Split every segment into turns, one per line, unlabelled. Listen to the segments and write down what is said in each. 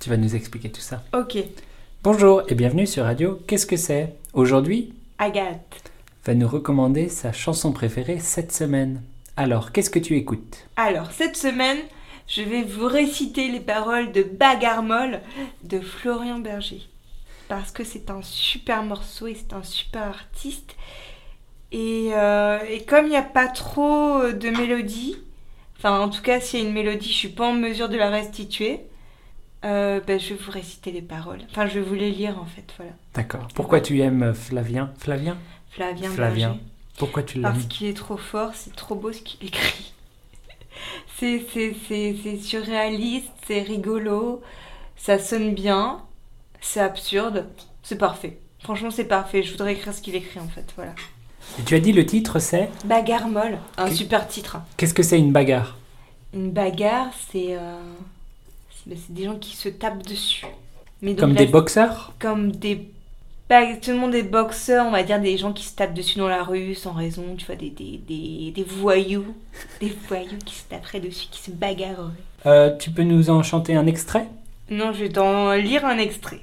Tu vas nous expliquer tout ça.
Ok,
Bonjour et bienvenue sur Radio Qu'est-ce que c'est Aujourd'hui,
Agathe.
va nous recommander sa chanson préférée cette semaine. Alors, qu'est-ce que tu écoutes
Alors, cette semaine, je vais vous réciter les paroles de Bagarre Molle de Florian Berger. Parce que c'est un super morceau et c'est un super artiste. Et, euh, et comme il n'y a pas trop de mélodie, enfin en tout cas s'il y a une mélodie, je suis pas en mesure de la restituer, euh, ben, je vais vous réciter les paroles. Enfin, je vais vous les lire en fait, voilà.
D'accord. Pourquoi tu aimes Flavien Flavien
Flavien,
Flavien.
Berger.
Pourquoi tu
Parce
l'aimes
qu'il est trop fort, c'est trop beau ce qu'il écrit. c'est, c'est, c'est, c'est surréaliste, c'est rigolo, ça sonne bien, c'est absurde, c'est parfait. Franchement, c'est parfait. Je voudrais écrire ce qu'il écrit en fait. Voilà.
Et Tu as dit le titre c'est
Bagarre molle, un
Ok.
super titre.
Qu'est-ce que c'est une bagarre
Une bagarre, c'est, euh, c'est, ben, c'est des gens qui se tapent dessus. Mais donc
Comme
la-
des boxeurs
comme des pas tout le monde est boxeur, on va dire des gens qui se tapent dessus dans la rue sans raison, tu vois, des, des, des, des voyous, des voyous qui se taperaient dessus, qui se bagarreraient.
Euh, Tu peux nous en chanter un extrait
Non, je vais t'en lire un extrait.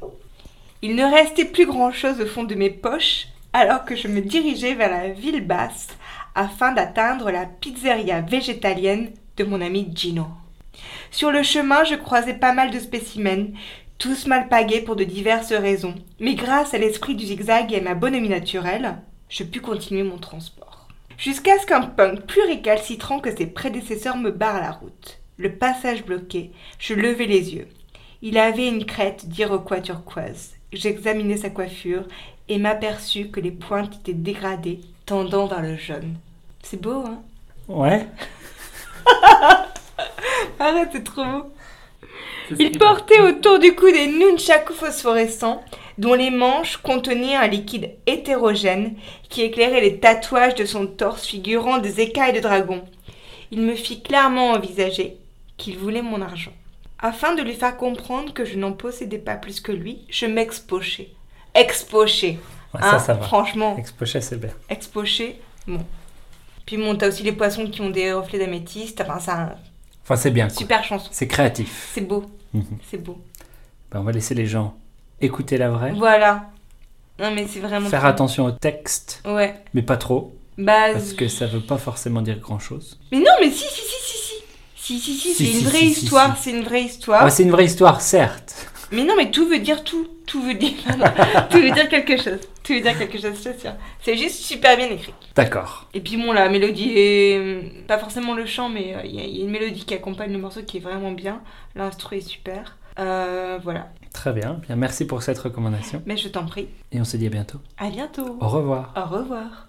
Il ne restait plus grand-chose au fond de mes poches, alors que je me dirigeais vers la ville basse afin d'atteindre la pizzeria végétalienne de mon ami Gino. Sur le chemin, je croisais pas mal de spécimens, tous mal pagués pour de diverses raisons, mais grâce à l'esprit du zigzag et à ma bonhomie naturelle, je pus continuer mon transport. Jusqu'à ce qu'un punk plus récalcitrant que ses prédécesseurs me barre la route. Le passage bloqué, je levai les yeux. Il avait une crête d'iroquois turquoise. J'examinai sa coiffure et m'aperçus que les pointes étaient dégradées, tendant vers le jaune. C'est beau, hein
Ouais.
Arrête, c'est trop beau. Il portait autour du cou des nunchaku phosphorescents, dont les manches contenaient un liquide hétérogène qui éclairait les tatouages de son torse figurant des écailles de dragon. Il me fit clairement envisager qu'il voulait mon argent. Afin de lui faire comprendre que je n'en possédais pas plus que lui, je m'expochais. Expochais
Ouais,
hein,
ça, ça va.
Franchement,
Expoché, c'est bien.
expochais, bon. Puis bon, t'as aussi les poissons qui ont des reflets d'améthyste, enfin, c'est un
Enfin, c'est bien. quoi.
super chanson.
C'est créatif.
C'est beau,
Mhm.
c'est beau.
Ben, on va laisser les gens écouter la vraie.
Voilà. Non mais c'est vraiment.
Faire
trop-
attention au texte,
Ouais.
mais pas trop,
Bah.
parce que ça veut pas forcément dire grand-chose.
Mais non mais si si si si si. Si si si,
Si,
c'est
si,
une vraie
si, si,
histoire, c'est une vraie histoire.
Ouais, Ah, c'est une vraie histoire, certes.
mais non mais tout veut dire tout, tout veut dire tout veut dire quelque chose. Tout veut dire quelque chose, c'est sûr. C'est juste super bien écrit.
D'accord.
Et puis bon la mélodie est hum, pas forcément le chant mais euh, il y, a- y a une mélodie qui accompagne le morceau qui est vraiment bien. L'instru est super. Euh, voilà.
Très bien. bien. Merci pour cette recommandation.
Mais je t'en prie.
Et on se dit à bientôt.
À bientôt.
Au revoir.
Au revoir.